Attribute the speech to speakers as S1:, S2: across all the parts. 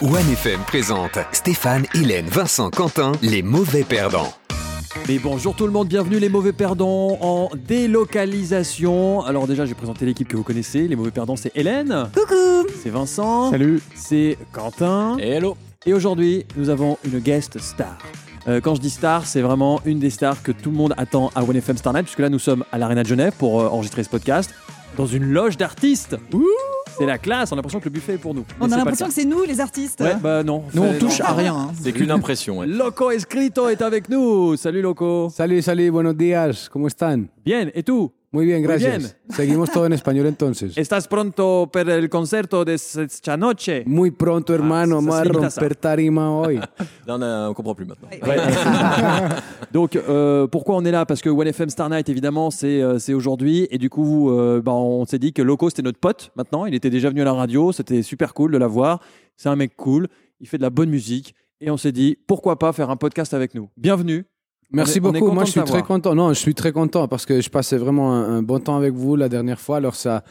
S1: OneFM présente Stéphane, Hélène, Vincent, Quentin, les mauvais perdants.
S2: Mais bonjour tout le monde, bienvenue les mauvais perdants en délocalisation. Alors déjà j'ai présenté l'équipe que vous connaissez, les mauvais perdants c'est Hélène,
S3: Coucou
S2: c'est Vincent,
S4: Salut.
S2: c'est Quentin.
S4: Et hello.
S2: Et aujourd'hui, nous avons une guest star. Euh, quand je dis star, c'est vraiment une des stars que tout le monde attend à OneFM Star Night, puisque là nous sommes à l'Arena de Genève pour euh, enregistrer ce podcast, dans une loge d'artistes.
S3: Ouh.
S2: C'est la classe, on a l'impression que le buffet est pour nous. Mais
S3: On
S2: c'est
S3: a
S2: pas
S3: l'impression
S2: le
S3: que c'est nous les artistes.
S2: cas. Ouais, bah non.
S4: Nous, on
S2: Fait-
S4: touche
S2: non.
S4: à
S3: rien. hein.
S4: C'est qu'une impression. ouais.
S2: Loco Escrito est avec nous. Salut Loco.
S5: Salut, salut, buenos días, ¿cómo están?
S2: Bien, et tout
S5: Muy bien,
S2: Muy
S5: gracias. Seguimos todo en español entonces.
S2: Estás pronto para el concierto de esta noche.
S5: Muy pronto, hermano,
S2: Ah,
S5: vamos a
S2: se- se limita
S5: romper tarima hoy.
S4: Là, on, a- on comprend plus maintenant.
S2: Donc, euh, pourquoi on est là Parce que OneFM Star Night, évidemment, c'est euh, c'est aujourd'hui. Et du coup, euh, bah, on s'est dit que Loco, c'était notre pote maintenant. Il était déjà venu à la radio. C'était super cool de l'avoir. C'est un mec cool. Il fait de la bonne musique. Et on s'est dit, pourquoi pas faire un podcast avec nous Bienvenue.
S5: Merci
S2: On est- on est
S5: beaucoup.
S2: content de
S5: Moi, je suis très
S2: t'avoir.
S5: content. Non, je suis très content parce que je passais vraiment un, un bon temps avec vous la dernière fois. Alors, ça,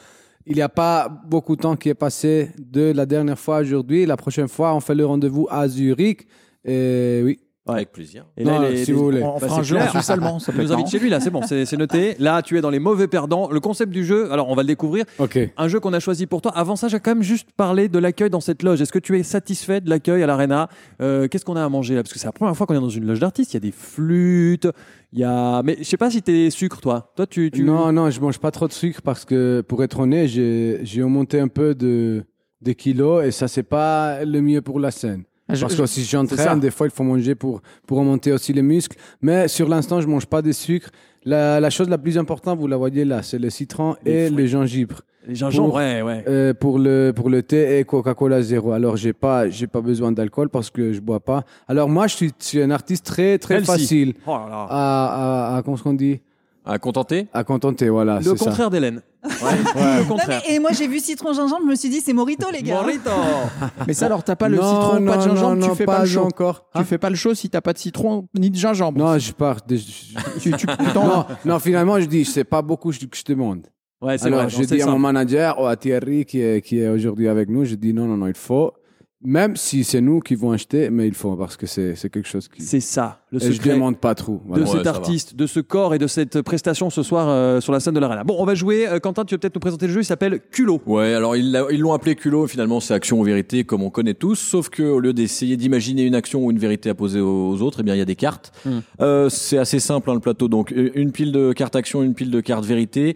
S5: il n'y a pas beaucoup de temps qui est passé de la dernière fois à aujourd'hui. La prochaine fois, on fait le rendez-vous à Zurich. Et oui.
S4: Avec plaisir.
S2: Et
S5: Non,
S2: il est-
S5: si vous voulez.
S2: Bah, c'est clair.
S6: allemand, ça
S2: Il nous invite chez lui, là, c'est bon, c'est c'est noté. Là, tu es dans les mauvais perdants. Le concept du jeu, alors on va le découvrir.
S5: OK.
S2: Un jeu qu'on a choisi pour toi. Avant ça, j'ai quand même juste parlé de l'accueil dans cette loge. Est-ce que tu es satisfait de l'accueil à l'Arena Euh, Qu'est-ce qu'on a à manger là Parce que c'est la première fois qu'on est dans une loge d'artistes. Il y a des flûtes, il y a. Mais je sais pas si t'es sucre, toi. Toi, tu. tu...
S5: Non, non, je mange pas trop de sucre parce que, pour être honnête, j'ai j'ai augmenté un peu de, de kilos et ça, c'est pas le mieux pour la scène. Parce que si
S2: Ah, C'est ça.
S5: j'entraîne, des fois, il faut manger pour, pour remonter aussi les muscles. Mais sur l'instant, je mange pas de sucre. La, la chose la plus importante, vous la voyez là, c'est le citron
S2: Les
S5: et
S2: fruits.
S5: le gingembre
S2: Les gingembre,
S5: Pour-
S2: ouais, ouais.
S5: euh, pour, le, pour le thé et Coca-Cola zéro. Alors, j'ai pas, j'ai pas besoin d'alcool parce que je bois pas. Alors, moi, je suis, je suis un artiste très, très
S2: Healthy.
S5: facile
S2: Oh là là.
S5: à, à, à, comment est-ce qu'on dit
S4: À contenter
S5: À contenter,
S6: Ah,
S5: voilà.
S2: le
S5: c'est ça.
S2: contraire d'Hélène. Le
S3: Non, mais-
S2: contraire.
S3: et moi j'ai vu citron gingembre, je me suis dit c'est Morito les gars.
S2: Morito.
S6: Mais ça, alors, t'as pas le
S5: Non,
S6: citron,
S5: non,
S6: pas de gingembre,
S5: non,
S6: tu fais
S5: non,
S6: pas, le chaud.
S5: encore.
S2: Hein
S6: Tu fais pas le chaud si t'as pas de citron ni de gingembre.
S5: Non, je pars. des- je-
S6: Tu, tu- t'en-
S5: non, non, finalement, je dis, c'est pas beaucoup que je demande.
S2: Ouais, c'est
S5: Alors,
S2: vrai.
S5: j'ai
S2: c'est
S5: dit à
S2: simple.
S5: mon manager, ou à Thierry qui est, qui est aujourd'hui avec nous, j'ai dit non, non, non, il faut. Même si c'est nous qui vont acheter, mais il faut parce que c'est c'est quelque chose qui.
S2: C'est ça. Le
S5: Et je
S2: secret.
S5: demande pas trop.
S2: de
S5: voilà.
S4: Ouais,
S2: cet
S4: ça
S2: artiste, de ce corps et de cette prestation ce soir euh, sur la scène de l'Arena. Bon, on va jouer. Euh, Quentin, tu veux peut-être nous présenter le jeu. Il s'appelle Culot.
S4: Ouais, alors ils l'a- ils l'ont appelé culot, finalement c'est action ou vérité comme on connaît tous, sauf que au lieu d'essayer d'imaginer une action ou une vérité à poser aux aux autres, eh bien il y a des cartes.
S2: Hmm.
S4: Euh, c'est assez simple hein, le plateau, donc u- une pile de cartes action, une pile de cartes vérité,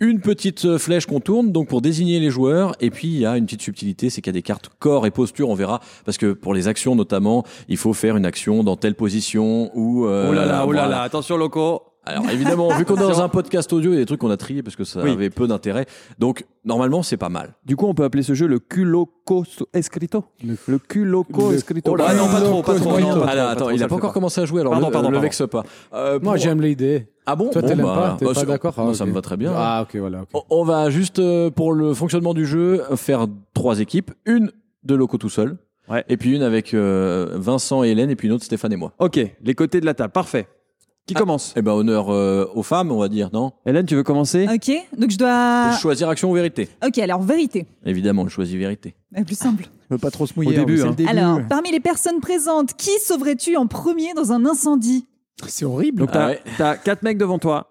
S4: une petite euh, flèche qu'on tourne donc pour désigner les joueurs, et puis il y a une petite subtilité, c'est qu'il y a des cartes corps et posture, on verra, parce que pour les actions notamment, il faut faire une action dans telle position ou... euh,
S2: oh là là, oh là
S4: voilà.
S2: là. Attention, Loco.
S4: Alors évidemment, vu qu'on est dans un podcast audio, il y a des trucs qu'on a triés parce que ça
S2: Oui.
S4: avait peu d'intérêt. Donc normalement, c'est pas mal.
S2: Du coup, on peut appeler ce jeu le culoco escrito. Le, culoco
S5: le-
S2: escrito.
S5: Oh là
S2: Ah
S5: là,
S2: non, pas
S5: le
S2: trop, pas
S5: culoco
S2: trop.
S5: escrito.
S2: non, pas
S4: Ah
S2: trop,
S4: là,
S2: trop,
S4: attends,
S2: ça
S4: il
S2: le
S4: a
S2: fait
S4: pas encore commencé à jouer, alors
S2: Pardon,
S4: le,
S2: pardon,
S4: le
S2: pardon.
S4: vexe pas. Euh,
S5: Moi,
S4: pour-
S5: j'aime l'idée.
S4: Ah bon
S5: Toi,
S4: Bon,
S5: t'aimes
S4: bah,
S5: pas T'es
S4: bah,
S5: pas
S4: ça-
S5: d'accord
S4: Moi,
S5: Ah,
S4: ça
S5: ok.
S4: me va très bien. Oh,
S5: Ah, ok, voilà. ok.
S4: On, on va juste, euh, pour le fonctionnement du jeu, faire trois équipes. Une de locaux tout seul,
S2: Ouais.
S4: et puis une avec euh, Vincent et Hélène, et puis une autre Stéphane et moi.
S2: Ok, les côtés de la table, parfait. Qui
S4: Ah.
S2: commence
S4: Eh ben honneur euh, aux femmes, on va dire, non
S2: Hélène, tu veux commencer
S3: Ok, donc je
S2: Ah.
S3: dois.
S4: Choisir action ou vérité
S3: Ok, alors vérité,
S4: Évidemment, on choisit vérité.
S3: la plus simple.
S6: Je veux pas trop se mouiller.
S2: Au début,
S6: mais c'est
S2: hein.
S6: le début.
S3: Alors, parmi les personnes présentes, qui sauverais-tu en premier dans un incendie
S6: c'est horrible.
S2: Donc, t'as
S4: Ah ouais.
S2: t'as quatre mecs devant toi.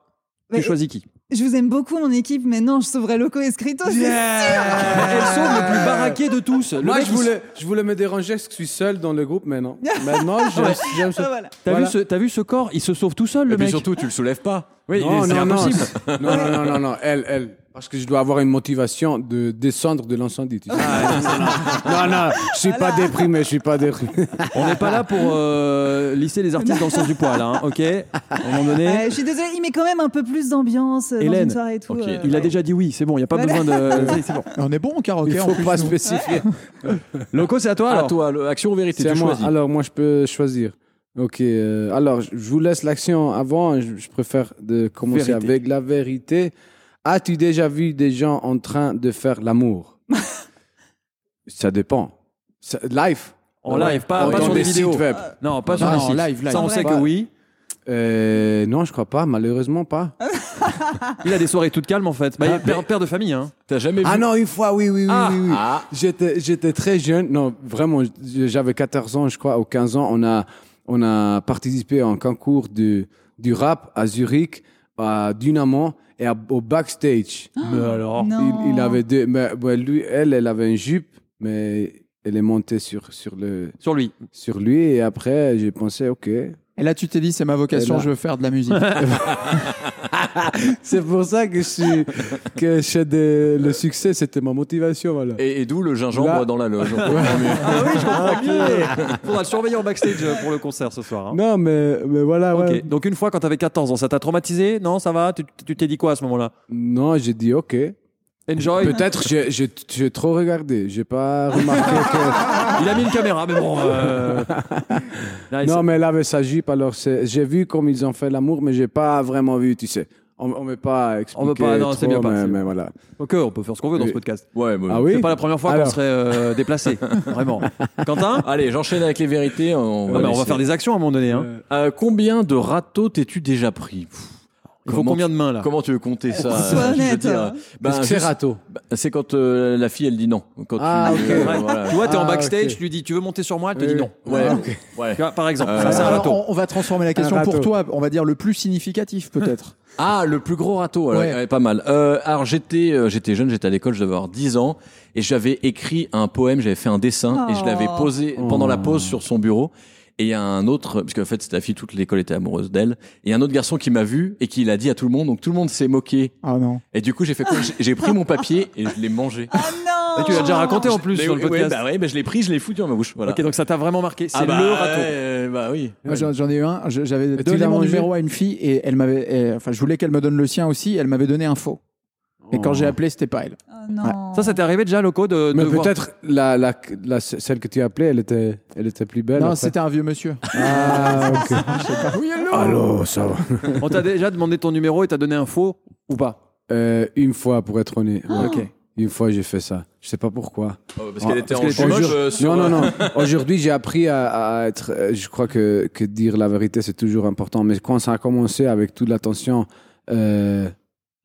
S2: Tu
S3: Ouais,
S2: choisis qui
S3: Je vous aime beaucoup mon équipe, mais non, je sauverais Loco Escrito. c'est-
S2: Elles sont le plus baraqué de tous. Le
S5: Moi,
S2: mec,
S5: je
S2: il-
S5: voulais, je voulais me déranger parce que je suis seul dans le groupe maintenant. Maintenant, j'aime j'aime ce.
S3: Ah, voilà.
S2: T'as
S5: Voilà.
S2: vu, ce- t'as vu ce corps Il se sauve tout seul, le
S4: et puis
S2: mec.
S4: surtout, tu le soulèves pas.
S2: Oui, il est-
S5: non,
S2: c'est
S5: non, non,
S2: impossible.
S5: c'est- non, non, non, non, non, elle, elle. Parce que je dois avoir une motivation de descendre de l'incendie. tu sais. non, non, je suis pas déprimé, je suis pas déprimé.
S2: On n'est pas là pour euh, lisser les artistes dans le sens du poil, hein, ok À un moment donné,
S3: Ouais, je suis désolée, il met quand même un peu plus d'ambiance euh, dans
S2: Hélène,
S3: une soirée et tout.
S4: ok,
S3: euh,
S2: il a déjà dit oui, c'est bon, il n'y a pas
S3: Voilà.
S2: besoin de. C'est bon.
S6: On est bon en karaoké.
S5: Il
S6: en
S5: faut
S6: plus,
S5: pas
S6: nous.
S5: spécifier.
S2: Loco, c'est à toi alors.
S4: à toi, le- action ou vérité,
S5: C'est à
S4: tu
S5: moi.
S4: choisis.
S5: Alors, moi, je peux choisir. Ok. euh, alors, je je vous laisse l'action avant. Je, je préfère de commencer
S2: Vérité.
S5: avec la vérité. As-tu déjà vu des gens en train de faire l'amour Ça dépend. Ça- live
S2: En live, pas, pas
S5: Dans
S2: sur
S5: des
S2: des vidéos.
S5: sites web.
S2: Non, pas
S6: Non,
S2: sur des
S6: non,
S2: sites.
S6: live, live.
S2: Ça, on sait
S5: Ouais.
S2: que oui.
S5: Euh, non, je crois pas. Malheureusement pas.
S2: Il a des soirées toutes calmes en fait. Bah, il est père, père de famille. Hein.
S4: T'as jamais vu
S5: Ah non, une fois, oui, oui, oui,
S4: Ah,
S5: oui. oui.
S4: ah.
S5: J'étais, j'étais très jeune. Non, vraiment, j'avais 14 ans, je crois, ou 15 ans. On a, on a participé à un concours du, du rap à Zurich, à Dynamo et à- au backstage.
S2: Mais alors.
S3: Non.
S5: Il, il avait deux, mais, mais lui, elle, elle avait une jupe, mais elle est montée sur, sur le,
S2: Sur lui.
S5: sur lui. Et après, j'ai pensé, OK.
S6: Et là, tu t'es dit, c'est ma vocation,
S5: Et là-
S6: je veux faire de la musique.
S5: C'est pour ça que je suis, que je fais des- le succès, c'était ma motivation, voilà.
S4: Et, et d'où le gingembre
S5: Là.
S4: dans la loge.
S2: Ah oui, je comprends mieux. Faudra le surveiller en backstage euh, pour le concert ce soir. hein.
S5: Non, mais, mais voilà,
S2: Ok.
S5: ouais.
S2: Donc une fois quand t'avais 14 ans, ça t'a traumatisé Non, ça va Tu tu t'es dit quoi à ce moment-là
S5: Non, j'ai dit OK.
S2: Enjoy.
S5: Peut-être j'ai j'ai- j'ai trop regardé, j'ai pas remarqué
S2: Il a mis une caméra, mais bon. euh, là,
S5: que.
S2: il
S5: non, mais elle avait sa jupe, alors c'est- j'ai vu comme ils ont fait l'amour, mais j'ai pas vraiment vu, tu sais. On ne veut pas expliquer.
S2: veut pas, non,
S5: trop,
S2: c'est mieux pas,
S5: mais-
S2: c'est-
S5: Mais voilà.
S2: s'est- Ok, on peut faire ce qu'on veut dans
S5: Oui.
S2: ce podcast.
S4: Ouais, bah,
S5: Ah oui
S2: C'est pas la première fois qu'on
S5: Alors.
S2: serait euh, déplacé, vraiment. Quentin
S4: Allez, j'enchaîne avec les vérités. hein,
S2: Non,
S4: On
S2: mais on va
S4: laisser.
S2: faire des actions à un moment donné. hein.
S4: Euh, combien de râteaux t'es-tu déjà pris Pff,
S2: Il faut
S4: comment
S2: combien de mains là
S4: Comment tu veux compter ça
S3: Sois
S4: euh, je veux
S3: honnête.
S4: dire, euh, ben,
S5: hein. Parce que c'est
S4: juste-
S5: râteau.
S4: bah, C'est quand euh, la fille elle dit non. Quand
S5: Ah,
S4: tu, euh,
S5: ok.
S2: Ouais.
S4: voilà.
S2: Tu vois, t'es en
S5: Ah,
S2: backstage,
S5: ok.
S2: tu lui dis tu veux monter sur moi, elle te dit
S5: Oui.
S2: non.
S4: Ouais,
S5: Ah, ok.
S4: ouais.
S2: Tu vois, Par exemple,
S4: Euh,
S2: ça c'est un
S6: Alors,
S2: râteau.
S6: on, on va transformer la question
S5: Un
S6: pour
S5: râteau.
S6: toi, on va dire le plus significatif peut-être.
S4: Ah, le plus gros râteau, alors,
S6: Ouais.
S4: ouais, pas mal. Euh, alors j'étais euh, j'étais jeune, j'étais à l'école, je devais avoir 10 ans, et j'avais écrit un poème, j'avais fait un dessin, et je l'avais
S3: Oh.
S4: posé pendant la pause sur son bureau. Et il y a un autre, parce qu'en fait c'était la fille, toute l'école était amoureuse d'elle, et il y a un autre garçon qui m'a vu et qui l'a dit à tout le monde, donc tout le monde s'est moqué.
S6: Ah non.
S4: Et du coup j'ai fait quoi J'ai- J'ai pris mon papier et je l'ai mangé.
S3: Ah non
S2: Tu l'as déjà raconté en plus
S4: Mais
S2: sur le
S4: oui,
S2: podcast.
S4: Ouais, bah ouais, bah je l'ai pris, je l'ai foutu dans ma bouche. Voilà.
S2: Ok, donc ça t'a vraiment marqué. C'est
S4: Ah bah,
S2: le râteau.
S4: euh, bah oui.
S6: Moi, j'en j'en ai eu un. Je- J'avais
S5: tu
S6: donné
S5: l'as
S6: mon
S5: mangé
S6: numéro à une fille et elle m'avait. et- Enfin, je voulais qu'elle me donne le sien aussi. Elle m'avait donné un faux. Et quand j'ai appelé, c'était pas elle.
S3: Ah non.
S2: Ça, ça t'est arrivé déjà, Loco, de, de
S5: Mais
S2: voir-
S5: peut-être la, la, la- celle que tu as appelée, elle était, elle était plus belle.
S6: non,
S5: après.
S6: c'était un vieux monsieur.
S5: Ah, ok. Allô, ça va.
S2: On t'a déjà demandé ton numéro et t'as donné un faux ou pas
S5: Euh, une fois, pour être honnête. ouais.
S2: Ok.
S5: Une fois, j'ai fait ça. Je sais pas pourquoi.
S4: Oh, parce
S5: Ah,
S4: qu'elle était
S2: parce qu'elle
S4: en
S2: était
S4: chômage.
S5: Aujourd'hui-
S4: euh, sur-
S5: non, non, non. Aujourd'hui, j'ai appris à, à être. euh, Je crois que, que dire la vérité, c'est toujours important. Mais quand ça a commencé avec toute l'attention, euh,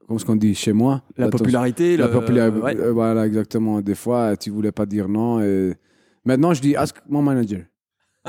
S5: comment est-ce qu'on dit chez moi
S2: La
S5: l'attention-
S2: popularité. euh,
S5: La
S2: le-
S5: popularité.
S2: ouais.
S5: voilà, exactement. Des fois, tu voulais pas dire non. Et... Maintenant, je dis ask mon manager.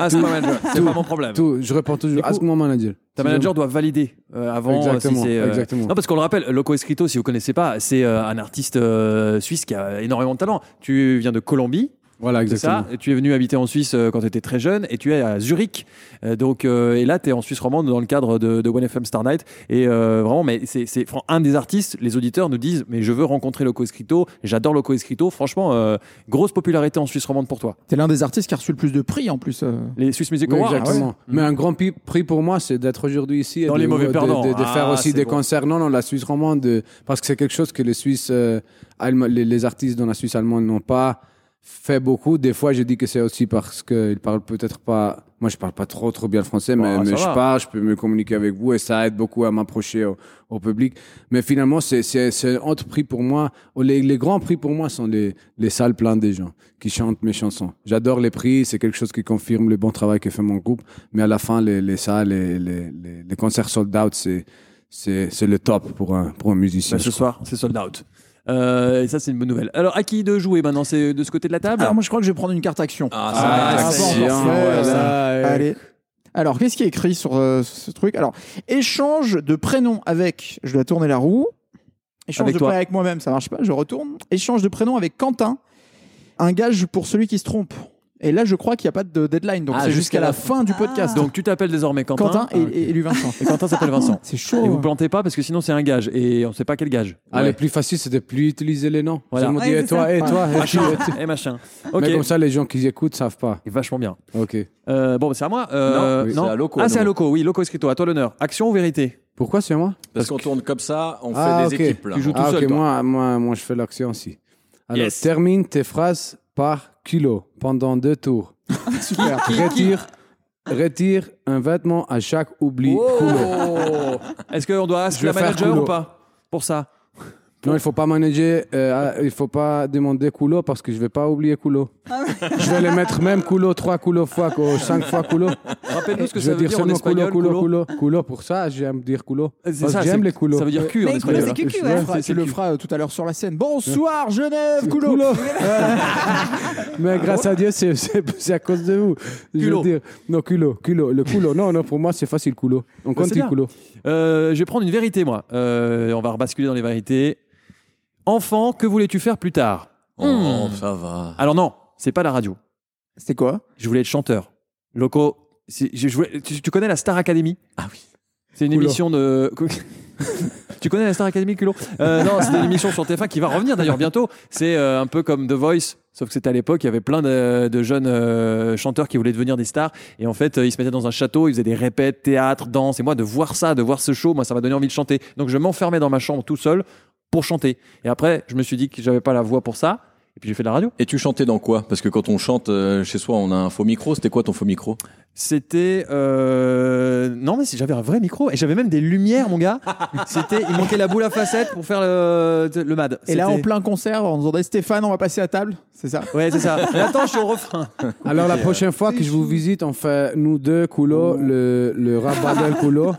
S2: Ah, c'est pas mal. C'est
S5: Tout.
S2: pas mon problème.
S5: Tout, je réponds toujours
S2: Du coup,
S5: ask mon manager.
S2: Ta manager doit valider euh, avant euh,
S5: Exactement,
S2: si c'est. euh,
S5: exactement.
S2: Non, parce qu'on le rappelle, Loco Escrito, si vous connaissez pas, c'est euh, un artiste euh, suisse qui a énormément de talent. Tu viens de Colombie,
S5: Voilà,
S2: c'est
S5: exactement.
S2: ça et Tu es venu habiter en Suisse euh, quand tu étais très jeune et tu es à Zurich. Euh, donc, euh, et là, tu es en Suisse romande dans le cadre de, de One FM Star Night. Et euh, vraiment, mais c'est c'est fran- un des artistes, les auditeurs nous disent Mais je veux rencontrer Loco Escrito, j'adore Loco Escrito. Franchement, euh, grosse popularité en Suisse romande pour toi.
S6: T'es l'un des artistes qui a reçu le plus de prix en plus. euh.
S2: Les Swiss Music
S5: Oui,
S2: Awards.
S5: exactement. Mais un grand pi- prix pour moi, c'est d'être aujourd'hui ici et
S2: Dans
S5: de,
S2: les mauvais
S5: de-
S2: perdants.
S5: de- de
S2: Ah,
S5: faire aussi
S2: c'est
S5: des
S2: bon.
S5: concerts. Non, non, la Suisse romande, euh, parce que c'est quelque chose que les Suisses, euh, allem- les, les artistes dans la Suisse allemande n'ont pas fait beaucoup. Des fois, je dis que c'est aussi parce qu'ils parlent peut-être pas. Moi, je parle pas trop, trop bien le français, mais,
S2: Ah, ça
S5: mais
S2: va.
S5: je parle, je peux me communiquer avec vous et ça aide beaucoup à m'approcher au, au public. Mais finalement, c'est, c'est, c'est un autre prix pour moi. Oh, Les, les grands prix pour moi sont les, les salles pleines des gens qui chantent mes chansons. J'adore les prix, c'est quelque chose qui confirme le bon travail que fait mon groupe. Mais à la fin, les, les salles, les, les, les, les concerts sold out, c'est, c'est, c'est le top pour un, pour un musicien.
S2: Bah, ce soir, c'est sold out. Euh, et ça, c'est une bonne nouvelle. Alors, à qui de jouer maintenant C'est de ce côté de la table
S6: Alors Ah, moi, je crois que je vais prendre une carte action.
S4: Ah,
S5: Ah,
S4: ça,
S5: ah,
S4: c'est
S5: bon,
S4: sûr.
S5: parfait.
S6: Ouais,
S5: voilà.
S6: ça, Allez. Alors, qu'est-ce qui est écrit sur euh, ce truc Alors, échange de prénom avec. Je dois tourner la roue. Échange
S2: Avec
S6: de
S2: toi.
S6: prénom avec moi-même, ça marche pas. Je retourne. Échange de prénom avec Quentin. Un gage pour celui qui se trompe. Et là, je crois qu'il n'y a pas de deadline. Donc,
S4: Ah,
S6: c'est
S4: jusqu'à
S6: jusqu'à la
S4: la
S6: fin du
S3: Ah.
S6: podcast.
S2: Donc, tu t'appelles désormais Quentin.
S6: Quentin et,
S2: Ah, ok. hein.
S6: et- et lui Vincent.
S2: Et Quentin s'appelle Vincent.
S6: C'est
S2: Et
S6: chaud.
S2: vous plantez pas parce que sinon, c'est un gage. Et on sait pas quel gage.
S5: Ah,
S2: Ouais.
S5: le plus facile, c'est de plus utiliser les noms.
S2: Voilà.
S5: Seulement
S3: Ouais,
S5: dire,
S3: c'est
S5: et toi,
S3: ça.
S5: et toi, et tu,
S2: Ah, Machin.
S5: et tu.
S2: et machin. Ok.
S5: Mais comme ça, les gens qui écoutent savent pas.
S2: Et vachement bien.
S5: Ok.
S2: Euh, bon, c'est à moi. Euh,
S4: Non, oui, c'est à Loco,
S2: Ah, c'est
S4: non.
S2: à Loco, oui, Loco Escrito. À toi l'honneur. Action ou vérité
S5: Pourquoi c'est moi
S4: Parce qu'on tourne comme ça, on
S5: Ah,
S4: fait des
S5: ok.
S4: équipes là.
S2: Tu joues tout
S5: Ah,
S2: seul.
S5: ok,
S2: toi.
S5: moi, moi, moi, je fais l'action aussi. Alors,
S2: Yes.
S5: termine tes phrases par kilo pendant deux tours.
S6: Super.
S5: Retire, retire un vêtement à chaque oubli.
S2: Oh
S5: Culo.
S2: Est-ce qu'on doit ask
S5: Je
S2: la
S5: vais faire
S2: manager
S5: culo.
S2: ou pas Pour ça.
S5: Non, il faut pas manager, euh, ah, il faut pas demander Coulo parce que je vais pas oublier Coulo.
S2: Ah
S5: je vais les mettre même Coulo, trois Coulo fois, quoi, cinq fois Coulo.
S2: Rappelle-nous ce que
S5: je
S2: ça
S5: vais
S2: veut
S5: dire
S2: dire en
S5: seulement Coulo,
S2: espagnol.
S5: Coulo,
S2: culo.
S5: Coulo. Coulo, pour ça, j'aime dire Coulo.
S2: C'est
S5: Parce
S2: ça,
S5: que j'aime
S2: c'est-
S5: les Coulo.
S2: Ça veut dire cul en
S3: Mais Coulo,
S2: espagnol. hein.
S3: c'est cul,
S6: Tu
S3: ouais.
S6: le feras-
S2: C'est
S6: tu le
S2: cul.
S6: feras euh, tout à l'heure sur la scène. Bonsoir Genève, Coulot.
S2: Ah,
S5: Mais grâce à Dieu, c'est- c'est c'est à cause de vous. Je veux
S2: Culo.
S5: dire. Non, Coulo, Coulo, le Coulo. Non, non, pour moi, c'est facile, Coulo. On
S2: Bah, c'est
S5: continue
S2: bien.
S5: Coulo.
S2: Euh, je vais prendre une vérité, moi. Euh, on va rebasculer dans les vérités. Enfant, que voulais-tu faire plus tard
S4: Oh, ça va.
S2: Alors non, c'est pas la radio.
S6: C'était quoi
S2: Je voulais être chanteur. Loco, c'est- je- je voulais- tu, tu connais la Star Academy
S4: Ah oui.
S2: C'est une
S5: Culo.
S2: émission de. tu connais la Star Academy, culot Euh, Non, c'est une émission sur TF1 qui va revenir d'ailleurs bientôt. C'est euh, un peu comme The Voice, sauf que c'était à l'époque, il y avait plein de, de jeunes euh, chanteurs qui voulaient devenir des stars. Et en fait, euh, ils se mettaient dans un château, ils faisaient des répètes, théâtre, danse. Et moi, de voir ça, de voir ce show, moi, ça m'a donné envie de chanter. Donc, je m'enfermais dans ma chambre tout seul pour chanter. Et après, je me suis dit que j'avais pas la voix pour ça. Et puis, j'ai fait de la radio.
S4: Et tu chantais dans quoi Parce que quand on chante euh, chez soi, on a un faux micro. C'était quoi ton faux micro
S2: C'était. euh, Non, mais si j'avais un vrai micro. Et j'avais même des lumières, mon gars. C'était. Il manquait la boule à facettes pour faire le, le mad.
S6: Et là,
S2: C'était-
S6: en plein concert, on demandait Stéphane, on va passer à table. C'est ça
S2: Ouais, c'est ça. Mais attends, je suis au refrain.
S5: Alors la prochaine fois que je vous visite, on fait nous deux coulots,
S2: Oh.
S5: le, le rap battle coulots,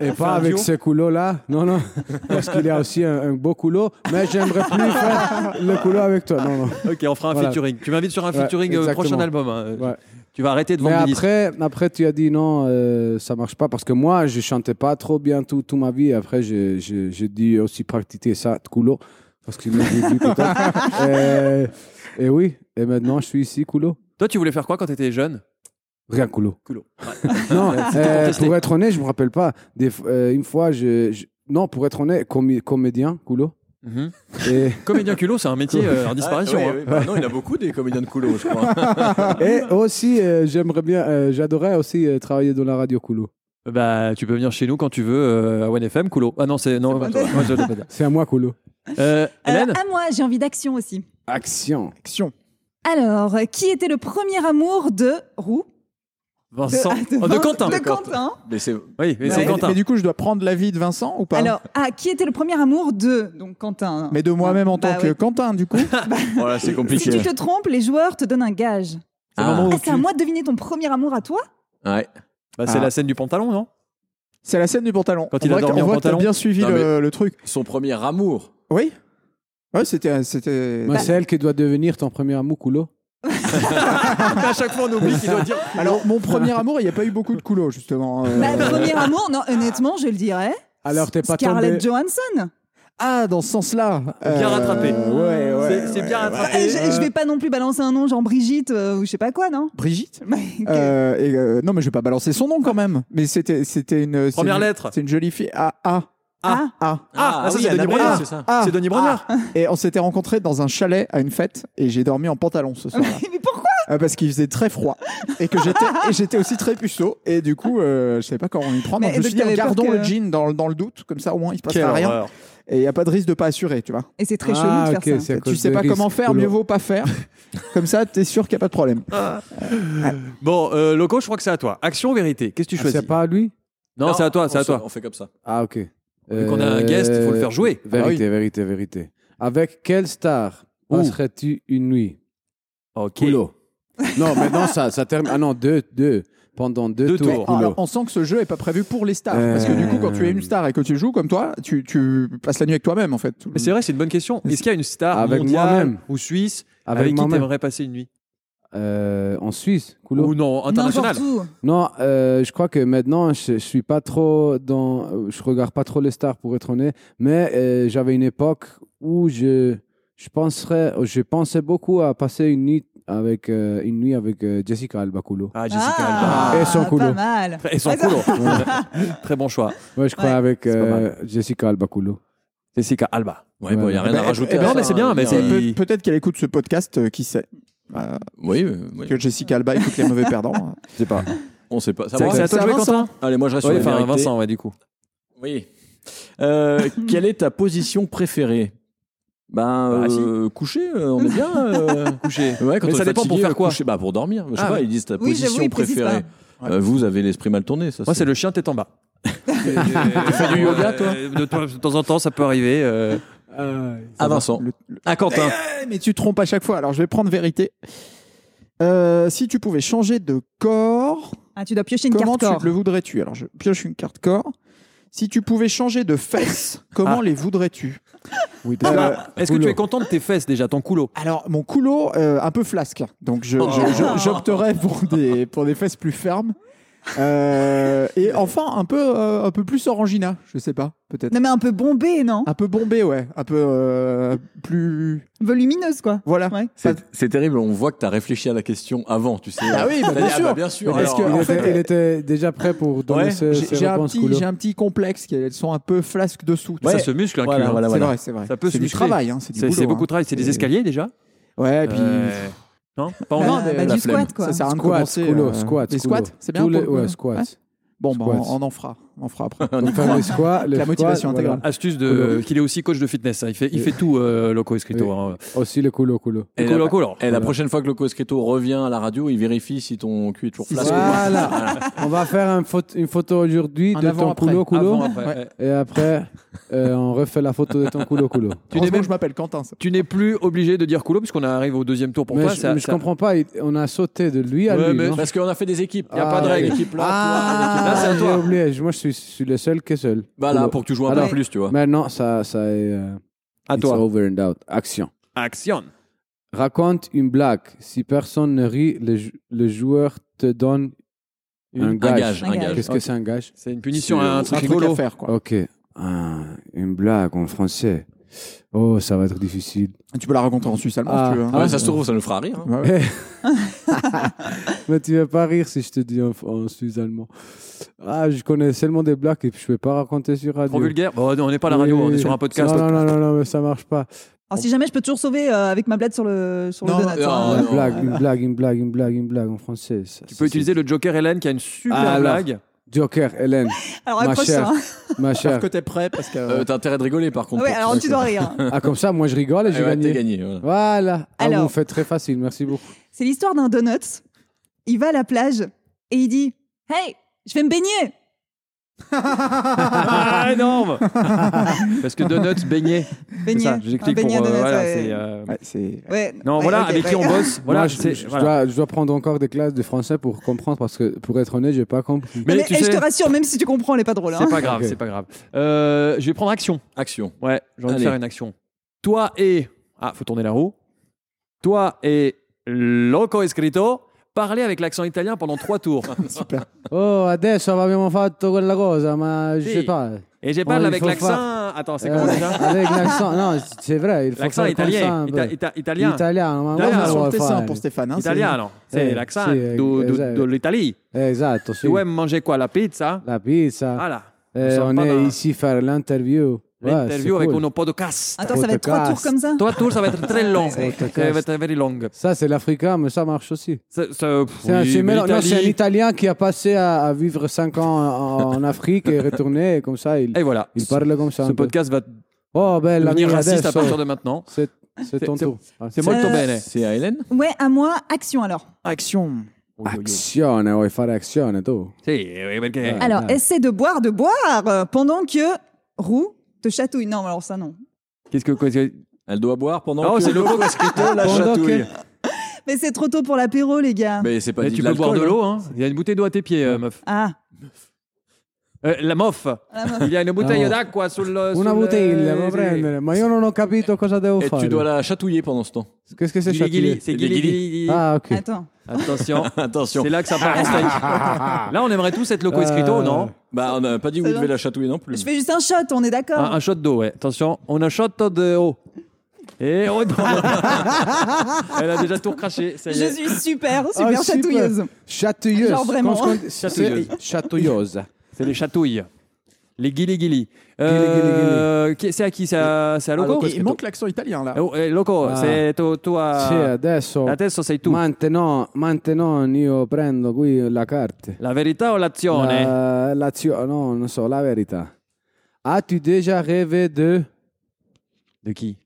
S5: et pas avec ce coulot là. Non, non, parce qu'il y a aussi un, un beau coulot, mais j'aimerais plus faire le coulot avec toi. Non, non.
S2: Ok, on fera un
S5: Voilà.
S2: featuring. Tu m'invites sur un
S5: Ouais,
S2: featuring au
S5: exactement.
S2: prochain album. hein.
S5: Ouais.
S2: Tu vas arrêter de
S5: Mais
S2: vendre des disques.
S5: après, après, tu as dit non, euh, ça marche pas, parce que moi, je chantais pas trop bien tout, tout ma vie. Après, j'ai je, je dû aussi pratiquer ça, coulot, parce que je me suis dit peut-être. Euh, et, oui, et maintenant, je suis ici, coulot.
S2: Toi, tu voulais faire quoi quand t'étais jeune
S5: Rien coulot.
S2: Coulot.
S5: Non, euh,
S2: contesté.
S5: pour être honnête, je me rappelle pas. Des, f- euh, une fois, je, je- non, pour être honnête, comé- comédien, coulot.
S2: Mhm.
S5: Et,
S2: Comédien culot, c'est un métier euh, en disparition.
S4: Ah,
S2: hein.
S4: bah non, il a beaucoup des comédiens de coulo, je crois.
S5: et aussi, euh, j'aimerais bien, euh, j'adorais aussi euh, travailler dans la radio coulot.
S2: Bah, tu peux venir chez nous quand tu veux euh, à OneFM, culot. Ah non, c'est non.
S6: pas
S2: attends, moi, je dois pas dire.
S5: C'est à moi coulot.
S2: Euh,
S3: Euh,
S2: Hélène,
S3: à moi, j'ai envie d'action aussi.
S5: Action.
S6: Action.
S3: Alors, euh, qui était le premier amour de Roux
S2: Vincent,
S3: de,
S2: Oh, de Quentin.
S3: De Quentin.
S4: Mais c'est
S2: Oui, mais
S6: Mais-
S2: c'est
S6: mais-
S2: Quentin.
S6: Mais du coup, je dois prendre l'avis de Vincent ou pas
S3: Alors, ah, qui était le premier amour de donc Quentin
S6: Mais de moi-même en
S3: Bah
S6: tant que
S3: oui.
S6: Quentin, du coup.
S4: voilà, c'est
S3: Si
S4: compliqué.
S3: tu te trompes, les joueurs te donnent un gage.
S4: Ah,
S3: Ah, c'est à moi de deviner ton premier amour à toi
S4: ouais.
S2: Bah, c'est
S6: Ah.
S2: la scène du pantalon, non
S6: C'est la scène du pantalon.
S2: Quand
S6: on
S2: il a
S6: voit que-
S2: dormi
S6: on
S2: en
S6: voit que t'as
S2: pantalon.
S6: bien suivi
S4: Non,
S6: le, le truc.
S4: Son premier amour.
S6: Oui Ouais, c'était. c'était...
S5: Moi, c'est elle qui doit devenir ton premier amour coulot.
S2: À chaque fois, on oublie qu'il doit dire.
S6: Alors, mon premier amour, il n'y a pas eu beaucoup de coulots, justement. euh.
S3: Bah, premier amour, non, honnêtement, je le dirais.
S5: Alors, t'es pas
S3: Scarlett
S5: tombé.
S3: Johansson.
S6: Ah, dans ce sens-là.
S2: Bien
S6: Euh,
S2: rattrapé.
S6: Ouais, ouais.
S2: C'est- c'est
S6: ouais,
S2: bien
S6: ouais.
S2: rattrapé. Ah,
S3: Eh, je, je vais pas non plus balancer un nom genre Brigitte euh, ou je sais pas quoi, non
S6: Brigitte
S3: Mais que-
S6: Euh, et, euh, non, mais je vais pas balancer son nom quand même. Mais c'était, c'était une. c'est
S2: Première
S6: une-
S2: lettre.
S6: C'est une jolie fille. Ah, ah,
S3: Ah,
S6: ah.
S2: Ah, ça,
S4: oui,
S2: c'est Denis
S4: Annabelle,
S2: Brognard.
S4: c'est ça.
S6: ah,
S2: C'est Denis Brognard.
S6: Et on s'était rencontrés dans un chalet à une fête et j'ai dormi en pantalon ce soir-là
S3: mais pourquoi
S6: Euh, parce qu'il faisait très froid et que j'étais et j'étais aussi très puceau et du coup euh, je savais pas comment m'y prendre.
S3: Mais
S6: Donc je me
S3: donc
S6: suis
S3: t'avais
S6: dit
S3: peur
S6: gardons
S3: que-
S6: le jean dans, dans le doute comme ça au moins il se passe
S2: Quelle
S6: rien
S2: horreur.
S6: et il y a pas de risque de pas assurer tu vois.
S3: Et c'est très
S5: Ah,
S3: chelou de
S5: ok,
S3: faire
S5: c'est
S3: ça.
S5: à
S6: Tu
S5: cause
S6: sais
S5: de
S6: pas
S5: risque,
S6: comment faire,
S5: Coulo.
S6: mieux vaut pas faire. comme ça t'es sûr qu'il y a pas de problème.
S2: Ah. Bon, euh, Loco, je crois que c'est à toi. Action ou vérité Qu'est-ce que tu
S5: Ah,
S2: choisis
S5: c'est pas à lui
S2: Non, c'est à toi, c'est
S4: on
S2: à
S4: se-
S2: toi.
S4: On fait comme ça.
S5: Ah, ok. Euh,
S2: Vu qu'on a un guest, il faut le faire jouer. Ah
S5: Vérité, vérité, vérité. Avec quelle star
S2: Ouh.
S5: passerais-tu une nuit
S2: Ok.
S5: Coulot. Non, maintenant, ça, ça termine. Ah non, deux, deux. Pendant deux,
S2: Deux
S5: tours.
S2: tours.
S5: Coulot.
S6: Alors, on sent que ce jeu est pas prévu pour les stars.
S5: Euh,
S6: Parce que du coup, quand tu es une star et que tu joues comme toi, tu, tu passes la nuit avec toi-même en fait.
S2: Mais c'est vrai, c'est une bonne question. Est-ce qu'il y a une star
S5: Avec
S2: mondiale
S5: moi-même.
S2: ou suisse
S5: avec,
S2: Ah, avec, qui
S5: moi-même.
S2: t'aimerais passer une nuit
S5: Euh, en Suisse, Coulot.
S2: Ou non, international
S3: N'importe où.
S5: Non, euh, je crois que maintenant, je, je suis pas trop dans. euh, Je regarde pas trop les stars pour être honnête, mais euh, j'avais une époque où je, je, penserais, je pensais beaucoup à passer une nuit avec, euh, une nuit avec euh, Jessica Alba Coulot.
S2: Ah, Jessica
S3: Ah,
S5: Et son coulo.
S3: Pas mal.
S2: Alba. Et son
S3: Attends.
S2: coulo. hein. Très bon choix.
S5: Ouais, je crois
S3: Ouais,
S5: avec
S2: c'est pas mal.
S5: euh, Jessica Alba Coulot.
S2: Jessica Alba.
S4: Ouais, bon, il n'y a rien
S6: bah,
S4: à
S6: eh,
S4: rajouter.
S6: eh ben,
S4: à
S6: non,
S4: ça,
S6: mais
S2: c'est
S4: hein,
S2: bien,
S4: je veux
S2: mais
S4: dire,
S2: c'est-
S4: euh,
S6: Peut- Peut-être qu'elle écoute ce podcast, euh, qui sait. Euh,
S4: Oui, euh, oui.
S6: que Jessica Alba écoute les mauvais perdants.
S5: Je sais pas.
S4: on sait pas. Ça
S2: C'est
S4: va,
S2: c'est à toi de jouer, Quentin
S4: Allez, moi je reste
S2: Oui,
S4: sur la
S2: enfin,
S4: vérité.
S2: Vincent, ouais, du coup.
S4: Oui. Euh, quelle est ta position préférée Ben,
S2: Bah, assis.
S4: euh, couché, euh, on est bien. euh,
S2: Couché.
S4: Ouais, quand
S2: Mais
S4: on
S2: ça
S4: est
S2: dépend
S4: fatigué,
S2: pour faire
S4: euh,
S2: quoi
S4: couché, bah, Pour dormir. Je sais
S2: Ah,
S4: pas,
S2: ouais.
S4: ils disent ta
S3: Oui, j'avoue,
S4: position
S3: ils précisent
S4: préférée. Euh, vous avez l'esprit mal tourné, ça.
S2: Moi, c'est le chien tête en bas. tu fais
S4: du yoga, toi
S2: de, temps- de temps en temps, ça peut arriver. euh.
S4: À Vincent.
S6: Le- le-
S4: À Quentin.
S6: Eh, mais tu trompes à chaque fois, alors je vais prendre vérité. Euh, si tu pouvais changer de corps,
S3: Ah, tu dois piocher une
S6: comment
S3: carte corps.
S6: tu le voudrais-tu Alors je pioche une carte corps. Si tu pouvais changer de fesses, comment
S3: Ah.
S6: les voudrais-tu
S5: Oui,
S6: Euh,
S2: Est-ce que tu es content de tes fesses déjà, ton coulo
S6: Alors mon coulo, euh, un peu flasque, donc je- je-
S3: Oh.
S6: je- j'opterais pour des, pour des fesses plus fermes. Euh, et enfin un peu, euh, un peu plus orangina, je sais pas, peut-être.
S3: Non, mais un peu bombée, non
S6: Un peu bombé, ouais, un peu euh, plus.
S3: Volumineuse, quoi.
S6: Voilà.
S3: Ouais.
S4: C'est c'est terrible, on voit que tu as réfléchi à la question avant, tu sais.
S6: Ah oui, bah,
S4: T'as
S6: bien
S4: dit,
S6: sûr.
S4: bah, bien sûr.
S6: Mais est-ce
S4: alors,
S6: que-
S5: il,
S6: en
S5: était,
S6: fait,
S5: il était déjà prêt pour donner
S4: ouais,
S5: ses,
S6: J'ai
S5: ses
S6: j'ai un,
S5: réponses,
S6: petit-
S5: Coolo.
S6: j'ai un petit complexe, qui- elles sont un peu flasques dessous.
S4: Ouais.
S2: Ça se muscle, un cul,
S4: Voilà,
S2: hein.
S4: voilà,
S6: C'est
S4: voilà.
S6: vrai, c'est vrai.
S2: Ça peut se
S6: c'est du
S2: muscler.
S6: travail, hein, c'est du
S2: C'est
S6: boulot.
S2: c'est beaucoup
S6: hein.
S2: de travail. C'est des
S6: C'est-
S2: escaliers déjà
S6: Ouais, et puis
S2: Euh, Non Pas
S6: Bah,
S2: encore
S3: Bah, bah,
S6: la
S3: du
S4: flemme.
S3: squat, quoi.
S6: ça sert à rien de
S5: Squat,
S6: commencer.
S5: coulo,
S6: euh,
S5: squat,
S6: Les
S5: coulo.
S6: squats, c'est bien
S5: Tous les-
S6: pour le-
S5: ouais, squat.
S6: Ouais. Bon, bah, on,
S5: Squats.
S6: on en fera. On en fera après.
S5: On fait les squats, le
S6: La
S5: squat,
S6: motivation
S5: voilà.
S6: intégrale.
S2: Astuce de
S5: Coulo.
S2: qu'il est aussi coach de fitness. hein. Il fait, il fait tout, euh, Loco Escrito.
S5: Oui.
S2: hein.
S5: Aussi le coulo, coulo.
S4: Et eh,
S2: Coulo,
S4: la-
S2: coulo.
S4: Et la prochaine fois que le Coscrito revient à la radio, il vérifie si ton cul est toujours
S6: Si,
S4: flasque.
S5: Voilà. on va faire un photo- une photo aujourd'hui
S6: Un
S5: de ton
S6: avant-après.
S5: coulo, coulo.
S2: Avant, après.
S6: Ouais.
S5: Et après, euh, on refait la photo de ton coulo, coulo.
S2: Tu
S6: Tu
S2: n'es même-
S6: je m'appelle Quentin. ça.
S2: Tu n'es plus obligé de dire coulo puisqu'on arrive au deuxième tour pour
S5: mais
S2: toi.
S5: je,
S2: ça-
S5: mais je
S2: ça-
S5: comprends pas, il- on a sauté de lui à
S2: Ouais,
S5: lui.
S2: mais-
S5: non
S4: Parce qu'on a fait des équipes.
S2: Il n'y a pas de
S5: Ah,
S2: règle.
S5: oui.
S4: L'équipe là, toi, l'équipe là.
S2: c'est à
S5: Ah,
S2: toi. Bah,
S5: j'ai oublié, je- moi je suis, je suis le seul qui est seul.
S4: Voilà,
S5: Coulo.
S4: pour que tu joues un peu
S5: Alors,
S4: plus, tu vois.
S5: Maintenant, ça, ça est. euh,
S2: À
S5: it's
S2: toi.
S5: over and out. Action.
S2: Action.
S5: Raconte une blague. Si personne ne rit, le, ju- le joueur te donne un
S4: Un
S5: gage.
S4: gage, un
S3: Un
S4: gage.
S5: Qu'est-ce que c'est un gage
S2: C'est une punition
S4: C'est,
S2: à un
S4: euh,
S2: truc
S6: Un truc à
S2: rigolo.
S6: faire, quoi.
S5: Ok. Ah, une blague en français. Oh, ça va être difficile.
S6: Tu peux la raconter en Suisse allemand,
S5: Ah.
S6: si tu veux. hein.
S4: Ah ouais, ça se trouve, ça nous fera rire. hein.
S6: Ouais, ouais.
S5: Mais tu vas pas rire si je te dis en, en suisse allemand. Ah, je connais seulement des blagues et puis je peux pas raconter sur radio.
S2: Trop vulgaire. Bon, non, on n'est pas à la radio, hein,
S5: Oui.
S2: on est sur un podcast.
S5: Non, non, non, non, non, mais ça marche pas.
S3: Alors, si jamais, je peux toujours sauver euh, avec ma blade sur le, sur
S6: Ah, Non,
S3: le donut.
S4: non,
S3: hein.
S5: Une
S4: non.
S5: blague, une blague, une blague, une blague, une blague en français. ça,
S2: Tu
S5: ça,
S2: peux
S5: c'est-
S2: utiliser le Joker Hélène qui a une super
S5: Ah, alors.
S2: blague.
S5: Joker, Hélène,
S3: Alors,
S5: Ma
S3: accroche
S5: chère.
S3: ça. hein.
S5: ma
S6: J'espère
S5: chère.
S6: que t'es prêt parce que.
S4: Euh, T'as intérêt de rigoler par
S3: Ah
S4: contre.
S3: ouais,
S4: pour-
S3: alors tu dois rire.
S5: Ah, comme ça, moi je rigole et
S4: Eh
S5: j'ai
S4: ouais, t'es
S5: gagné.
S4: gagné. voilà.
S5: Voilà. Ah,
S3: Alors.
S5: vous me faites très facile, merci beaucoup.
S3: C'est l'histoire d'un donut. Il va à la plage et il dit Hey, je vais me baigner.
S2: Ah, énorme Parce que donuts, beignet. C'est
S3: Baigner.
S2: ça, j'explique
S3: Un
S2: pour.
S3: beignet à
S2: euh,
S3: donut,
S2: voilà,
S3: Ah, ouais.
S2: c'est, euh,
S6: ouais, c'est-
S3: Ouais.
S2: Non,
S3: Ouais,
S2: voilà,
S3: ok,
S2: avec qui
S3: ouais.
S2: on bosse. Voilà,
S5: Moi, je,
S2: c'est-
S5: je
S2: voilà.
S5: dois, je dois prendre encore des classes de français pour comprendre parce que, pour être honnête, j'ai pas compris.
S2: Mais
S3: Non, mais,
S2: tu
S3: eh,
S2: sais-
S3: je te rassure, même si tu comprends, elle est pas drôle. hein.
S2: C'est pas grave,
S5: Ok.
S2: c'est pas grave. Euh, je vais prendre action.
S4: Action.
S2: Ouais, j'ai envie de
S4: Allez.
S2: faire une action. Toi et. Ah, faut tourner la roue. Toi et Loco Escrito, parlez avec l'accent italien pendant trois tours.
S5: Oh, adesso abbiamo fatto quella cosa, ma hein, je
S2: Sì.
S5: sais pas.
S2: Et j'ai parle
S5: Oh, il
S2: avec
S5: faut
S2: l'accent.
S5: faire-
S2: Attends, Ah, c'est
S5: Euh,
S2: comment déjà
S5: Avec l'accent, non, c'est vrai, il faut
S2: L'accent
S5: faire comme ça
S2: italien.
S5: un peu.
S2: Ita- ita- italien.
S5: Italien, ma
S2: Italien,
S5: mamma
S6: Ah,
S5: lo
S2: alors,
S5: vuole
S6: sortez ça
S5: fare.
S6: pour Stéphane. hein, c'est-
S2: Italien, c'est
S5: Eh,
S2: l'accent
S5: sì,
S2: du-
S5: eh,
S2: du-
S5: esatto.
S2: de l'Italie.
S5: Eh, Esatto, sì.
S2: Tu aimes manger quoi La pizza
S5: La pizza.
S2: Voilà.
S5: Eh,
S2: Sono
S5: on
S2: Ah, pas
S5: est
S2: dans-
S5: ici faire l'interview. Ouais,
S2: L'interview
S5: c'est
S2: avec
S5: cool.
S2: un podcast.
S3: Attends, ça va être trois
S5: Podcast.
S3: tours comme ça
S2: Trois tours, ça va être très long.
S5: Ouais,
S2: Ça
S5: podcast.
S2: va être very long.
S5: Ça, c'est l'africain, mais ça marche aussi.
S2: C'est c'est- pff,
S5: C'est un,
S2: oui,
S5: c'est
S2: mais
S5: mélan- non, c'est un
S2: l'Italie-
S5: Italien qui a passé à, à vivre 5 ans en, en Afrique et est retourné, et comme ça, il,
S2: Et voilà.
S5: il parle comme ça.
S2: Eh, Ce
S5: un peu.
S2: podcast va
S5: Oh, belle, la
S2: devenir raciste à
S5: adesso.
S2: partir de maintenant.
S5: C'est c'est ton
S2: c'est-
S5: tour. Ah,
S2: C'est molto
S3: Euh,
S2: bene.
S4: C'est à Hélène
S3: Ouais, à moi, action alors.
S6: Action.
S5: Action, vuoi fare action, tu.
S2: Sì, eh, perché-
S5: Ah,
S3: Alors,
S5: ah.
S3: essaie de boire, de boire euh, pendant que Roux te chatouille. Non, alors ça, non.
S2: Qu'est-ce que. qu'est-ce que-
S4: Elle doit boire pendant.
S2: Oh,
S4: que-
S2: c'est Loco Escrito, la
S5: euh, Pendant que-
S2: chatouille.
S3: Mais c'est trop tôt pour l'apéro, les gars.
S4: Mais c'est pas
S2: Mais
S4: dit
S2: tu peux boire de
S4: l'alcool,
S2: l'eau, hein. Il y a une bouteille d'eau à tes pieds, euh, meuf.
S3: Ah,
S2: Euh, la mof.
S3: la meuf.
S2: Il y a une bouteille
S5: mof.
S2: d'acqua sur le.
S5: Ah.
S2: Eh,
S5: Una
S2: sul- eh,
S5: bottiglia, va prendere, ma io non ho capito cosa devo
S4: Et
S5: fare.
S4: tu dois la chatouiller pendant ce temps.
S5: Qu'est-ce que c'est,
S2: Guili, guili,
S5: Châtelier
S2: c'est
S4: Des
S2: guili,
S4: guilis.
S2: guili, guili.
S5: Ah, ok.
S3: Attends.
S2: Attention.
S4: Attention.
S2: C'est là que ça part en steak. Là, on aimerait tous être loco escrito,
S5: Euh,
S2: non
S4: Bah, on n'a pas dit où
S3: C'est
S4: il devait
S3: bon.
S4: la chatouiller non plus.
S3: Je fais juste un shot, on est d'accord
S2: un, un shot d'eau, ouais. Attention, on a shot de eau. Et oh non. Elle a déjà tout craché. Ça y
S3: Je
S2: est.
S3: suis super, super
S5: Ah, super.
S3: chatouilleuse.
S5: Chatouilleuse.
S3: Genre vraiment.
S5: Comme ce qu'on-
S2: Chatouilleuse.
S5: c'est- Chatouilleuse.
S2: C'est les chatouilles. Les guili guili. qui- C'est à qui C'est à, c'est à
S6: Et-
S2: Loco
S6: Il manque l'accent italien là.
S2: Oh, eh, Loco,
S5: Ah.
S2: c'est to- toi.
S5: Sì, adesso.
S2: Adesso sei tu.
S5: Maintenant, maintenant io prendo qui la carta.
S2: La verità o l'azione
S5: La- l'azione, no, non so, la verità. As-tu déjà rêvé de.
S2: De qui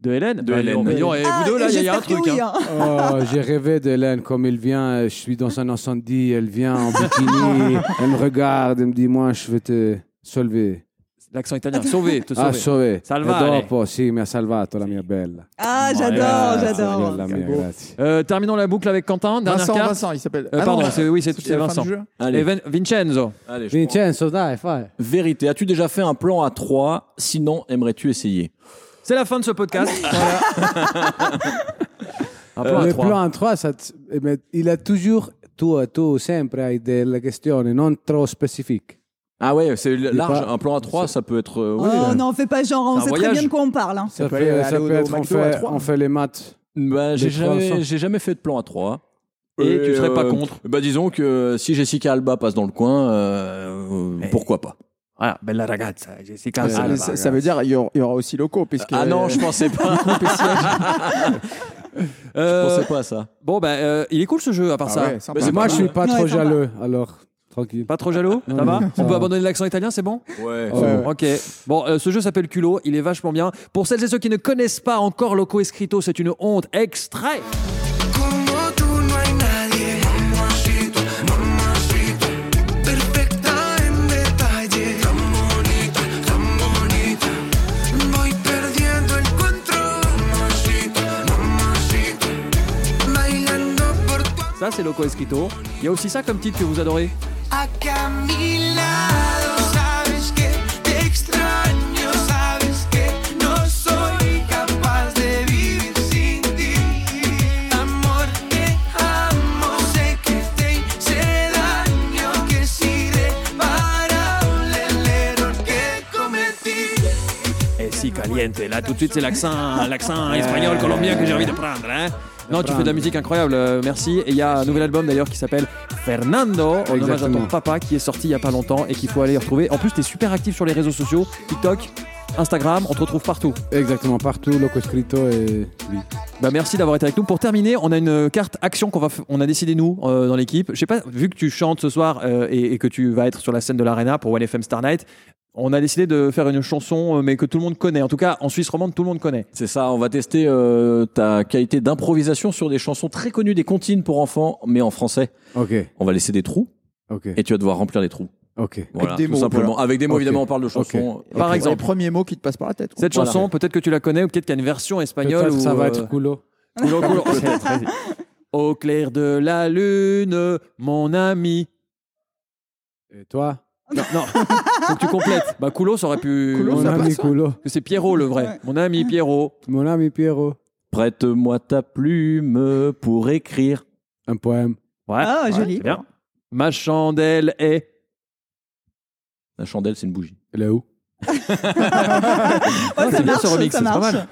S2: De Hélène
S4: De
S2: Bah,
S4: Hélène.
S2: non, mais non, eh,
S3: Ah,
S2: vous deux, là, il y a- il y a un
S3: j'espère que
S2: truc.
S3: oui,
S2: hein.
S3: hein.
S5: Oh, j'ai rêvé d'Hélène comme il vient. Je suis dans un incendie, elle vient en bikini, elle me regarde, elle me dit Moi, je vais te soulever.
S2: L'accent italien. Sauvé, te
S5: Ah,
S2: sauver.
S5: sauvé.
S2: Salvare.
S5: E dopo, sì, mi ha salvato la mia bella.
S3: Ah,
S2: Bon,
S3: j'adore,
S2: allez,
S3: j'adore.
S5: La mia, grazie.
S2: Euh, terminons la boucle avec Quentin. Dernière
S6: Vincent,
S2: carte.
S6: Vincent, il s'appelle.
S2: Euh,
S6: Ah
S2: pardon,
S6: non,
S2: c'est- oui, c'est- c'est
S6: la fin
S2: Vincent.
S6: du jeu.
S4: Allez,
S2: Et Ven- Vincenzo.
S4: allez, je prends.
S5: Vincenzo, dai, eh, fai.
S4: Vérité, as-tu déjà fait un plan à 3 Sinon, aimerais-tu essayer
S2: C'est la fin de ce podcast. Voilà. Un plan à
S5: Le
S2: trois.
S5: plan 3, ça, t- eh ben, il a toujours, tu, tu sempre hai delle questioni non trop spécifiques.
S4: Ah ouais, c'est large.
S5: pas-
S4: Un plan à 3 ça peut être. euh, oui.
S3: Oh non, on fait pas genre, on
S2: hein. C'est un
S3: sait très
S2: voyage.
S3: bien de quoi on parle. hein.
S5: Ça,
S6: peut
S5: peut,
S6: aller-
S5: ça peut
S6: aller au- au
S5: être, on
S6: McDo à
S5: fait,
S6: trois.
S5: on fait les maths.
S4: Bah, j'ai
S5: Des trois
S4: jamais,
S5: ensemble.
S4: j'ai jamais fait de plan à 3
S2: Et tu serais pas contre
S4: Bah disons que euh, si Jessica Alba passe dans le coin, euh,
S2: Eh.
S4: pourquoi pas
S2: Voilà, bella ragazza, Jessica
S6: Ah, mais
S2: Alba.
S6: ça, ça veut dire il y aura, il y aura aussi locaux puisque
S4: Ah non, je pensais pas. je
S2: Euh,
S4: pensais pas à ça.
S2: Bon, bah, euh, il est cool ce jeu, à part
S6: Ah
S2: ça.
S6: ouais, sympa.
S4: Mais c'est
S5: Moi,
S4: pas
S5: je suis pas
S3: Ouais,
S5: trop
S3: sympa.
S5: jaloux, alors tranquille.
S2: Pas trop jaloux Ça
S5: Non,
S2: va
S5: non,
S2: On
S5: ça
S2: peut
S5: va.
S2: abandonner l'accent italien, c'est bon
S4: Ouais.
S5: Ouais.
S2: Ok. Bon, euh, ce jeu s'appelle Culot, il est vachement bien. Pour celles et ceux qui ne connaissent pas encore Loco Escrito, c'est une honte. Extrait
S7: Como tú no hay nadie, mamacita, mamacita. Perfecta en detalle, tan bonita, tan bonita. Voy perdiendo el control, mamacita, mamacita. Bailando por tu amor
S2: Ça, c'est Loco Escrito. Il y a aussi ça comme titre que vous adorez.
S7: aquí a mi lado. Sabes que te extraño, sabes que no soy capaz de vivir sin ti. Amor, te amo, sé que te hice daño, que es irreparable el error que cometí.
S2: Et Eh si caliente, là tout de suite c'est l'accent, l'accent espagnol colombien que j'ai envie de prendre. Hein. Non, tu fais de la musique incroyable, euh, merci. Et il y a un nouvel album d'ailleurs qui s'appelle Fernando, en hommage à ton
S5: Exactement.
S2: papa qui est sorti il y a pas longtemps et qu'il faut aller retrouver. En plus, tu es super actif sur les réseaux sociaux, TikTok, Instagram, on te retrouve partout.
S5: Exactement, partout, loco scritto et lui.
S2: Bah merci d'avoir été avec nous. Pour terminer, on a une carte action qu'on va, f- on a décidé nous euh, dans l'équipe. Je sais pas, vu que tu chantes ce soir euh, et, et que tu vas être sur la scène de l'arena pour One FM Star Night, on a décidé de faire une chanson euh, mais que tout le monde connaît. En tout cas, en Suisse romande, tout le monde connaît.
S4: C'est ça, on va tester euh, ta qualité d'improvisation sur des chansons très connues des comptines pour enfants, mais en français.
S5: Ok,
S4: On va laisser des trous
S5: ok,
S4: et tu vas devoir remplir les trous.
S5: ok.
S4: Voilà,
S6: des
S4: tout
S6: mots,
S4: simplement. Avec des mots,
S5: Ok.
S4: évidemment, on parle de chansons.
S2: Par
S4: Ok.
S2: exemple.
S6: les premiers mots qui te passent par la tête. quoi.
S2: Cette
S4: Voilà.
S2: chanson, peut-être que tu la connais ou peut-être qu'il y a une version espagnole.
S5: Peut-être
S2: Ou,
S5: ça va être
S2: euh,
S5: culo.
S2: coulant, coulant. Au clair de la lune, mon ami.
S5: Et toi
S2: Non, non. faut que tu complètes. Bah, Coulo, ça aurait pu.
S6: Coulo,
S2: Mon
S5: Mon
S6: ça
S2: ami-
S5: ami
S6: passe,
S5: culo. hein.
S2: que C'est Pierrot le vrai. Mon ami Pierrot.
S5: Mon ami Pierrot.
S4: Prête-moi ta plume pour écrire.
S5: Un poème.
S2: Ouais.
S3: Ah,
S2: Ouais,
S3: joli.
S2: c'est bien. Ma chandelle est.
S4: La chandelle, c'est une bougie.
S5: Elle est où
S3: Ouais,
S2: c'est
S3: Oh, ça
S2: bien
S3: marche,
S2: ce remix,
S3: ça
S2: c'est pas
S3: marche.
S2: mal.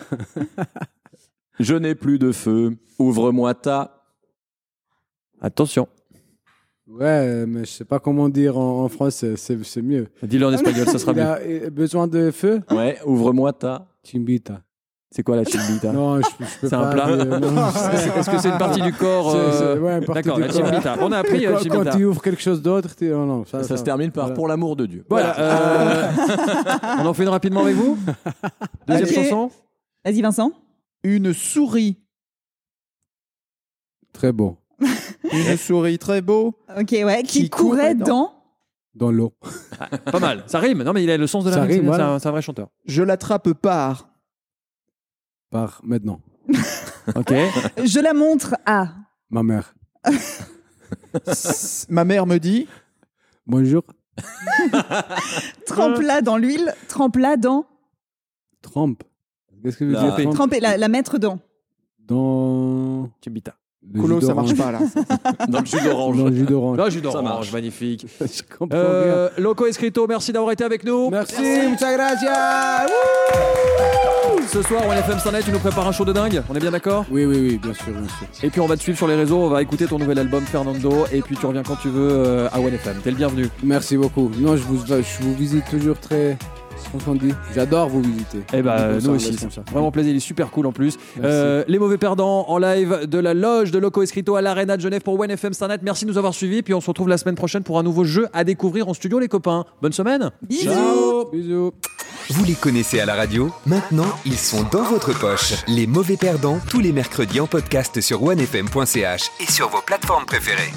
S4: Je n'ai plus de feu. Ouvre-moi ta.
S2: Attention.
S5: Ouais, mais je sais pas comment dire en, en français, c'est c'est mieux.
S2: Dis-le en espagnol, ça sera
S5: Ah, Il
S2: mieux.
S5: a il a besoin de feu
S2: Ah.
S4: Ouais, ouvre-moi ta.
S5: Chimbita.
S2: C'est quoi la chimbita
S5: Non, je, je peux
S2: C'est un
S5: pas
S2: plat.
S5: dire, non.
S2: Est-ce que c'est une partie du corps
S5: C'est-
S2: euh,
S5: c'est- ouais, une partie
S2: D'accord,
S5: du
S2: la
S5: corps.
S2: chimbita. On a appris euh,
S5: quand, quand
S2: chimbita.
S5: tu ouvres quelque chose d'autre, tu... non, non, ça,
S4: Ça,
S5: ça-
S4: se termine par
S5: voilà.
S4: pour l'amour de Dieu.
S2: Voilà. euh, on en fait une rapidement avec vous Deuxième
S3: Allez.
S2: chanson
S3: Vas-y, Vincent.
S6: Une souris,
S5: Très bon.
S6: une souris très beau.
S3: Ok, ouais. Qui,
S6: Qui
S3: courait
S6: courait dans-
S3: dans.
S5: Dans l'eau.
S2: Pas mal. Ça rime. Non, mais il a le sens de la
S5: Ça
S2: rime.
S5: rime,
S2: c'est bien,
S5: voilà.
S2: c'est un- C'est un vrai chanteur.
S6: Je l'attrape par.
S5: Par maintenant.
S2: Ok.
S3: Je la montre à.
S5: Ma mère.
S6: S- Ma mère me dit.
S5: Bonjour.
S3: Trempe-la dans l'huile, trempe-la dans.
S5: Trempe. Qu'est-ce que vous
S4: La-
S5: dites
S2: Euh.
S5: trempe
S3: Tremper, la, la mettre dans.
S5: Dans.
S2: Chimbita.
S5: le
S6: Colo,
S5: jus
S6: ça marche
S5: d'orange.
S6: pas là.
S4: Dans le jus d'orange.
S5: Dans le jus d'orange.
S2: Là, jus
S4: Ça marche.
S2: d'orange, magnifique.
S5: je comprends rien.
S2: Euh, oh, Loco Escrito, merci d'avoir été avec nous.
S5: Merci, muchas gracias.
S2: Ce soir, on FM Starnet, tu nous prépares un show de dingue. On est bien d'accord
S5: Oui, oui, oui, bien sûr, bien sûr.
S2: Et puis, on va te suivre sur les réseaux. On va écouter ton nouvel album, Fernando. Et puis, tu reviens quand tu veux euh, à One FM. T'es le bienvenu.
S5: Merci beaucoup. Non, je vous, je vous visite toujours très. Comment on dit J'adore vous visiter.
S2: Eh ben,
S5: Comme ça,
S2: nous
S5: ouais,
S2: aussi.
S5: comme ça.
S2: Vraiment plaisir, il est super cool en plus.
S5: Merci.
S2: Euh, les mauvais perdants en live de la loge de Loco Escrito à l'Arena de Genève pour One FM Starnet. Merci de nous avoir suivis. Puis on se retrouve la semaine prochaine pour un nouveau jeu à découvrir en studio, les copains. Bonne semaine.
S3: Bisous.
S5: Bisous.
S1: Vous les connaissez à la radio Maintenant, ils sont dans votre poche. Les mauvais perdants, tous les mercredis en podcast sur onefm.ch et sur vos plateformes préférées.